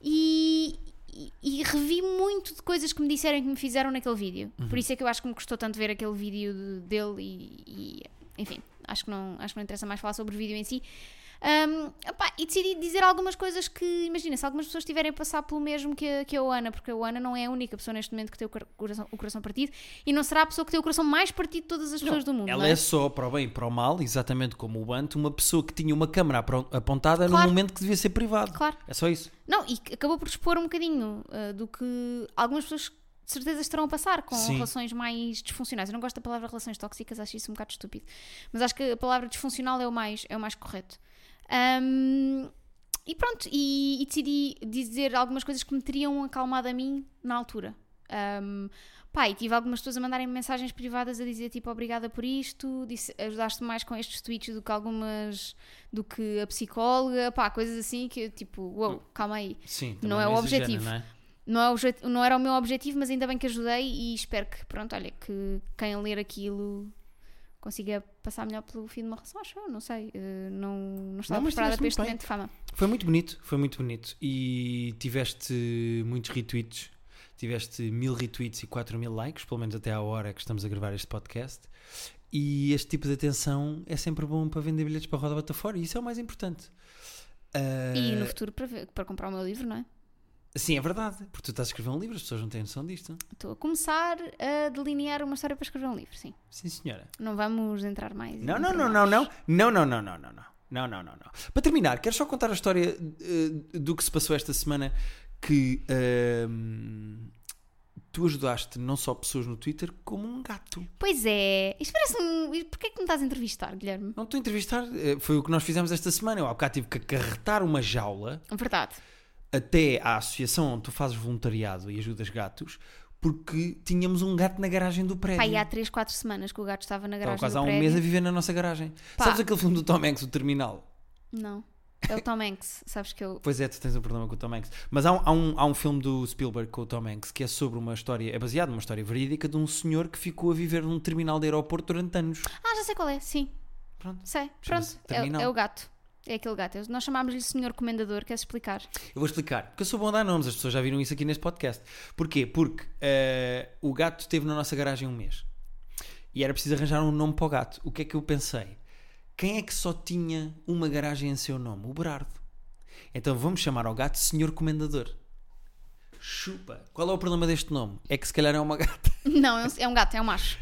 [SPEAKER 1] e, e- e revi muito de coisas que me disseram e que me fizeram naquele vídeo.
[SPEAKER 2] Uhum.
[SPEAKER 1] Por isso é que eu acho que me custou tanto ver aquele vídeo de- dele e, e, enfim, acho que, não, acho que não interessa mais falar sobre o vídeo em si. Hum, opá, e decidi dizer algumas coisas que, imagina, se algumas pessoas tiverem a passar pelo mesmo que a, que a Ana, porque a Ana não é a única pessoa neste momento que tem o cor- coração, o coração partido e não será a pessoa que tem o coração mais partido de todas as pessoas do mundo.
[SPEAKER 2] Ela
[SPEAKER 1] não é?
[SPEAKER 2] é só para o bem e para o mal, exatamente como o Bant, uma pessoa que tinha uma câmara apro- apontada num
[SPEAKER 1] Claro.
[SPEAKER 2] momento que devia ser privado.
[SPEAKER 1] Claro.
[SPEAKER 2] É só isso.
[SPEAKER 1] Não, e que acabou por expor um bocadinho uh, do que algumas pessoas de certeza estarão a passar com
[SPEAKER 2] Sim.
[SPEAKER 1] relações mais disfuncionais. Eu não gosto da palavra relações tóxicas, acho isso um bocado estúpido. Mas acho que a palavra disfuncional é o mais, é o mais correto. Ahm, e pronto, e, e decidi dizer algumas coisas que me teriam acalmado a mim na altura. Ahm, pá, e tive algumas pessoas a mandarem mensagens privadas a dizer tipo obrigada por isto, disse, ajudaste mais com estes tweets do que algumas do que a psicóloga, pá, coisas assim que eu, tipo, uou,
[SPEAKER 2] Hum.
[SPEAKER 1] calma aí.
[SPEAKER 2] Sim, também
[SPEAKER 1] Não é o
[SPEAKER 2] exagera,
[SPEAKER 1] objetivo.
[SPEAKER 2] não é?
[SPEAKER 1] Não, é o obje- não era o meu objetivo, mas ainda bem que ajudei e espero que, pronto, olha, que quem ler aquilo consiga passar melhor pelo fim de uma relação, acho eu, não sei. eh, não, não
[SPEAKER 2] Não,
[SPEAKER 1] estava
[SPEAKER 2] mas
[SPEAKER 1] preparada
[SPEAKER 2] estiveste
[SPEAKER 1] para este
[SPEAKER 2] muito bem.
[SPEAKER 1] momento de fama.
[SPEAKER 2] Foi muito bonito, foi muito bonito. E tiveste muitos retweets. Tiveste mil retweets e 4 mil likes, pelo menos até à hora que estamos a gravar este podcast. E este tipo de atenção é sempre bom para vender bilhetes para a Roda Bota Fora. E isso é o mais importante. Ah,
[SPEAKER 1] E no futuro para, ver- para comprar o meu livro, não é?
[SPEAKER 2] Sim, é verdade. Porque tu estás a escrever um livro, as pessoas não têm noção disto.
[SPEAKER 1] Estou a começar a delinear uma história para escrever um livro, sim.
[SPEAKER 2] Sim, senhora.
[SPEAKER 1] Não vamos entrar mais. em
[SPEAKER 2] Não, não, não,
[SPEAKER 1] pormenores.
[SPEAKER 2] não, não. Não, não, não, não, não, não. Não, não, não, não. Para terminar, quero só contar a história eh, do que se passou esta semana que ehm, tu ajudaste não só pessoas no Twitter, como um gato.
[SPEAKER 1] Pois é. Isto parece um. e Porquê é que me estás a entrevistar, Guilherme?
[SPEAKER 2] Não estou a entrevistar, eh, foi o que nós fizemos esta semana. Eu há bocado tive que acarretar uma jaula
[SPEAKER 1] Verdade.
[SPEAKER 2] até à associação onde tu fazes voluntariado e ajudas gatos, porque tínhamos um gato na garagem do prédio.
[SPEAKER 1] Pá, e há 3, 4 semanas que o gato estava na
[SPEAKER 2] Estava
[SPEAKER 1] garagem.
[SPEAKER 2] quase
[SPEAKER 1] do
[SPEAKER 2] há um
[SPEAKER 1] prédio.
[SPEAKER 2] mês a viver na nossa garagem.
[SPEAKER 1] Pá.
[SPEAKER 2] Sabes aquele filme do Tom Hanks, o Terminal?
[SPEAKER 1] Não. É o Tom Hanks. Sabes que eu.
[SPEAKER 2] Pois é, tu tens um problema com o Tom Hanks. Mas há um, há um, há um filme do Spielberg com o Tom Hanks que é sobre uma história, é baseado numa história verídica de um senhor que ficou a viver num terminal de aeroporto durante anos.
[SPEAKER 1] Ah, já sei qual é. Sim.
[SPEAKER 2] Pronto.
[SPEAKER 1] Sei.
[SPEAKER 2] Chama-se
[SPEAKER 1] Pronto. É,
[SPEAKER 2] Terminal.
[SPEAKER 1] é o gato. É aquele gato. Nós chamámos-lhe Senhor Comendador. Queres explicar?
[SPEAKER 2] Eu vou explicar, porque eu sou bom a dar nomes, as pessoas já viram isso aqui neste podcast. Porquê? Porque eh, o gato esteve na nossa garagem um mês e era preciso arranjar um nome para o gato. O que é que eu pensei? Quem é que só tinha uma garagem em seu nome? O Berardo. Então vamos chamar ao gato Senhor Comendador. Chupa. Qual é o problema deste nome? É que se calhar é uma gata.
[SPEAKER 1] Não, é um- é um gato, é um macho.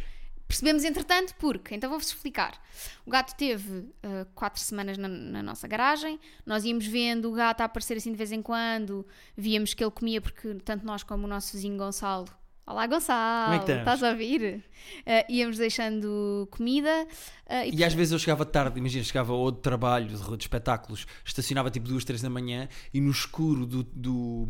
[SPEAKER 1] Percebemos, entretanto, porque. Então vou-vos explicar. O gato teve eh, quatro semanas na, na nossa garagem. Nós íamos vendo o gato a aparecer assim de vez em quando. Víamos que ele comia, porque tanto nós como o nosso vizinho Gonçalo. Olá, Gonçalo!
[SPEAKER 2] Como é que estamos?
[SPEAKER 1] Estás a ouvir? Eh, íamos deixando comida. eh,
[SPEAKER 2] E às vezes eu chegava tarde, imagina, chegava ou de trabalho, de, de espetáculos, estacionava tipo duas, três da manhã e no escuro do, do-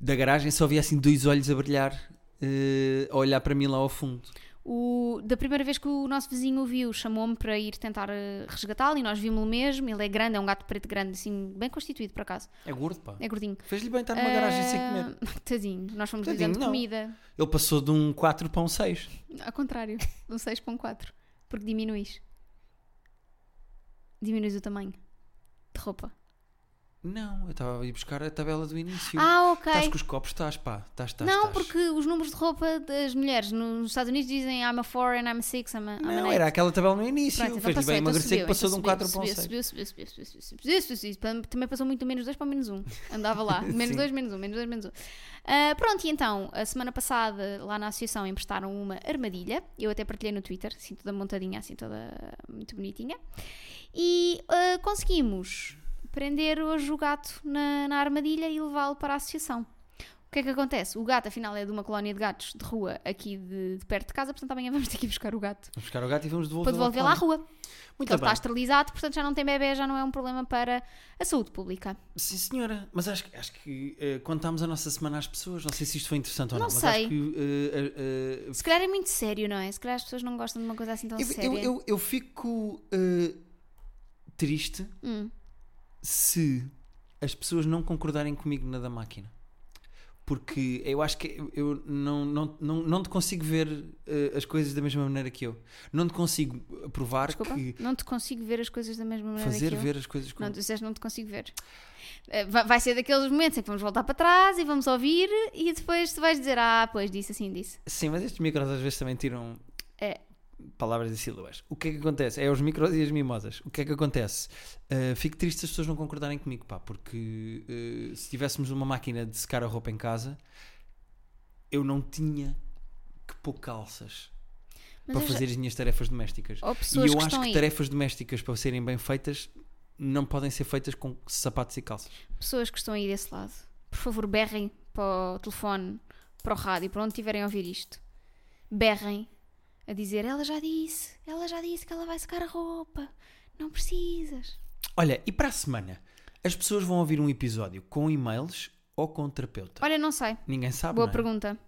[SPEAKER 2] da garagem só via assim dois olhos a brilhar, eh, a olhar para mim lá ao fundo.
[SPEAKER 1] O- da primeira vez que o nosso vizinho o viu, chamou-me para ir tentar eh, resgatá-lo e nós vimos-lo mesmo. Ele é grande, é um gato preto grande, assim, bem constituído por acaso.
[SPEAKER 2] É gordo, pá.
[SPEAKER 1] É gordinho.
[SPEAKER 2] Fez-lhe bem estar Tá numa garagem sem comer.
[SPEAKER 1] Ah, Tadinho, nós fomos lhe
[SPEAKER 2] Tadinho,
[SPEAKER 1] dando
[SPEAKER 2] não.
[SPEAKER 1] comida.
[SPEAKER 2] Ele passou de um 4 para um 6.
[SPEAKER 1] Ao contrário, um 6 para um 4. Porque diminuís. Diminuís o tamanho de roupa.
[SPEAKER 2] Não, eu estava a ir buscar a tabela do início.
[SPEAKER 1] Ah,
[SPEAKER 2] Estás
[SPEAKER 1] ok.
[SPEAKER 2] com os copos, estás, pá. Estás, estás,
[SPEAKER 1] Não,
[SPEAKER 2] estás.
[SPEAKER 1] porque os números de roupa das mulheres nos Estados Unidos dizem I'm a 4 and I'm a 6, I'm a, I'm an
[SPEAKER 2] Não,
[SPEAKER 1] eight."
[SPEAKER 2] era aquela tabela no início.
[SPEAKER 1] é Pronto, então
[SPEAKER 2] Fez-lhe
[SPEAKER 1] passou,
[SPEAKER 2] bem
[SPEAKER 1] então
[SPEAKER 2] emagrecer
[SPEAKER 1] subiu,
[SPEAKER 2] que passou de
[SPEAKER 1] então
[SPEAKER 2] um 4 para um
[SPEAKER 1] subiu,
[SPEAKER 2] 6.
[SPEAKER 1] subiu, subiu, subiu, subiu, subiu, subiu, subiu, subiu, subiu. Também passou muito do menos 2 para o menos 1. Andava lá. Menos
[SPEAKER 2] Sim.
[SPEAKER 1] 2, menos 1, menos 2, menos 1. pronto, e então, a semana passada, lá na associação, emprestaram uma armadilha. Eu até partilhei no Twitter, assim, toda montadinha, assim, toda muito bonitinha. E ah, conseguimos prender hoje o gato na, na armadilha e levá-lo para a associação. O que é que acontece? O gato, afinal, é de uma colónia de gatos de rua aqui de, de perto de casa, portanto amanhã vamos ter que ir buscar o gato
[SPEAKER 2] Vamos buscar o gato e vamos
[SPEAKER 1] para
[SPEAKER 2] devolver
[SPEAKER 1] devolvê-lo à rua. Porque
[SPEAKER 2] Muito
[SPEAKER 1] ele está
[SPEAKER 2] bem.
[SPEAKER 1] esterilizado, portanto já não tem bebê, já não é um problema para a saúde pública.
[SPEAKER 2] Sim, senhora, mas acho, que- acho que eh, contámos a nossa semana às pessoas. Não sei se isto foi interessante ou não,
[SPEAKER 1] Não
[SPEAKER 2] mas
[SPEAKER 1] sei.
[SPEAKER 2] acho que. eh, eh, eh,
[SPEAKER 1] Se calhar é muito sério, não é? Se calhar as pessoas não gostam de uma coisa assim tão séria.
[SPEAKER 2] eu, eu, eu, eu fico eh, triste
[SPEAKER 1] Hum.
[SPEAKER 2] se as pessoas não concordarem comigo na da máquina. Porque eu acho que eu não, não, não, não te consigo ver eh, as coisas da mesma maneira que eu. Não te consigo provar
[SPEAKER 1] Desculpa,
[SPEAKER 2] que
[SPEAKER 1] não te consigo ver as coisas da mesma maneira
[SPEAKER 2] fazer
[SPEAKER 1] que eu.
[SPEAKER 2] ver as coisas como.
[SPEAKER 1] Não, tu disseste não te consigo ver. Eh, va- Vai ser daqueles momentos em que vamos voltar para trás e vamos ouvir e depois tu vais dizer, ah, pois disse assim, disse.
[SPEAKER 2] Sim, mas estes micros às vezes também tiram
[SPEAKER 1] É.
[SPEAKER 2] palavras e sílabas. O que é que acontece? É os micros e as mimosas. O que é que acontece? Uh, fico triste se as pessoas não concordarem comigo, pá, porque uh, se tivéssemos uma máquina de secar a roupa em casa, eu não tinha que pôr calças
[SPEAKER 1] Mas
[SPEAKER 2] para
[SPEAKER 1] eu já-
[SPEAKER 2] fazer as minhas tarefas domésticas.
[SPEAKER 1] Ou
[SPEAKER 2] E eu
[SPEAKER 1] pessoas que
[SPEAKER 2] acho
[SPEAKER 1] estão
[SPEAKER 2] que
[SPEAKER 1] aí,
[SPEAKER 2] tarefas domésticas, para serem bem feitas, não podem ser feitas com sapatos e calças.
[SPEAKER 1] pessoas que estão aí desse lado, por favor, berrem para o telefone, para o rádio, para onde tiverem a ouvir isto. Berrem a dizer: Ela já disse, ela já disse que ela vai secar a roupa, não precisas.
[SPEAKER 2] Olha, e para a semana? As pessoas vão ouvir um episódio com e-mails ou com terapeuta?
[SPEAKER 1] Olha, não sei,
[SPEAKER 2] Ninguém Então. sabe.
[SPEAKER 1] boa
[SPEAKER 2] não é?
[SPEAKER 1] pergunta.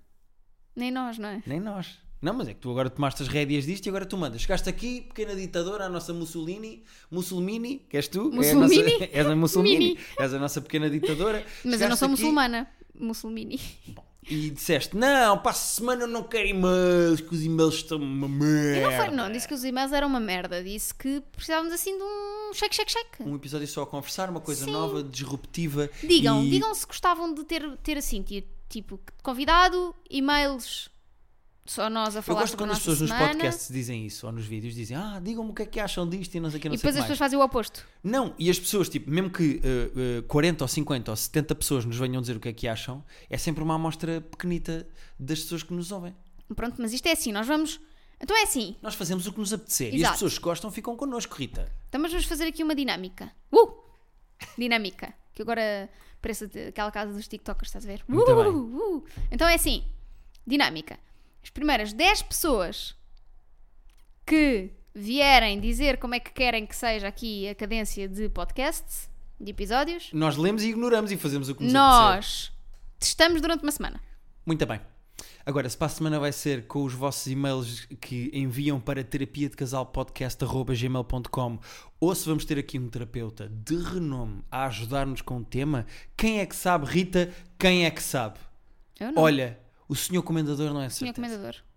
[SPEAKER 1] Nem nós, não é?
[SPEAKER 2] Nem nós. Não, mas é que tu agora tomaste as rédeas disto e agora tu mandas. Chegaste aqui, pequena ditadora, a nossa Mussolini, Mussolmini, que és tu? É a
[SPEAKER 1] Mussolmini?
[SPEAKER 2] nossa, és a Mussolini,
[SPEAKER 1] Mini.
[SPEAKER 2] és a nossa pequena ditadora.
[SPEAKER 1] Mas eu não
[SPEAKER 2] Chegaste
[SPEAKER 1] sou
[SPEAKER 2] aqui-
[SPEAKER 1] muçulmana, muçulmini.
[SPEAKER 2] Bom, e disseste: Não, para a semana eu não quero e-mails, que os e-mails estão uma merda.
[SPEAKER 1] E não foi, não, disse que os e-mails eram uma merda, disse que precisávamos assim de um cheque, cheque, cheque.
[SPEAKER 2] Um episódio só a conversar, uma coisa nova, disruptiva.
[SPEAKER 1] Digam,
[SPEAKER 2] e...
[SPEAKER 1] digam se gostavam de ter, ter assim, ti- tipo, convidado, e-mails, só nós a
[SPEAKER 2] Eu
[SPEAKER 1] falar
[SPEAKER 2] gosto
[SPEAKER 1] sobre a
[SPEAKER 2] quando as
[SPEAKER 1] nossa
[SPEAKER 2] pessoas nos
[SPEAKER 1] semana.
[SPEAKER 2] podcasts dizem isso, ou nos vídeos, dizem: Ah, digam-me o que é que acham disto e não sei o que, não
[SPEAKER 1] E depois
[SPEAKER 2] sei é. o que
[SPEAKER 1] as
[SPEAKER 2] mais.
[SPEAKER 1] pessoas fazem o oposto.
[SPEAKER 2] Não, e as pessoas, tipo, mesmo que uh, uh, 40 ou 50 ou 70 pessoas nos venham dizer o que é que acham, é sempre uma amostra pequenita das pessoas que nos ouvem.
[SPEAKER 1] Pronto, mas isto é assim, nós vamos. Então é assim,
[SPEAKER 2] Nós fazemos o que nos apetecer e as
[SPEAKER 1] Exato.
[SPEAKER 2] pessoas que gostam ficam connosco, Rita.
[SPEAKER 1] então mas vamos fazer aqui uma dinâmica. Uh! Dinâmica. Que agora parece de- aquela casa dos TikTokers, estás a ver?
[SPEAKER 2] Muito
[SPEAKER 1] Uh,
[SPEAKER 2] bem.
[SPEAKER 1] uh, uh. Então é assim, dinâmica. As primeiras 10 pessoas que vierem dizer como é que querem que seja aqui a cadência de podcasts, de episódios,
[SPEAKER 2] Nós lemos e ignoramos e fazemos o que nos apetecer.
[SPEAKER 1] nós testamos durante uma semana.
[SPEAKER 2] Muito bem. Agora, se para a semana vai ser com os vossos e-mails que enviam para terapia de casal podcast.gmail.com ou se vamos ter aqui um terapeuta de renome a ajudar-nos com o tema, quem é que sabe, Rita? Quem é que sabe?
[SPEAKER 1] Eu não.
[SPEAKER 2] Olha, o senhor comendador não é de
[SPEAKER 1] Senhor
[SPEAKER 2] certeza.
[SPEAKER 1] Comendador.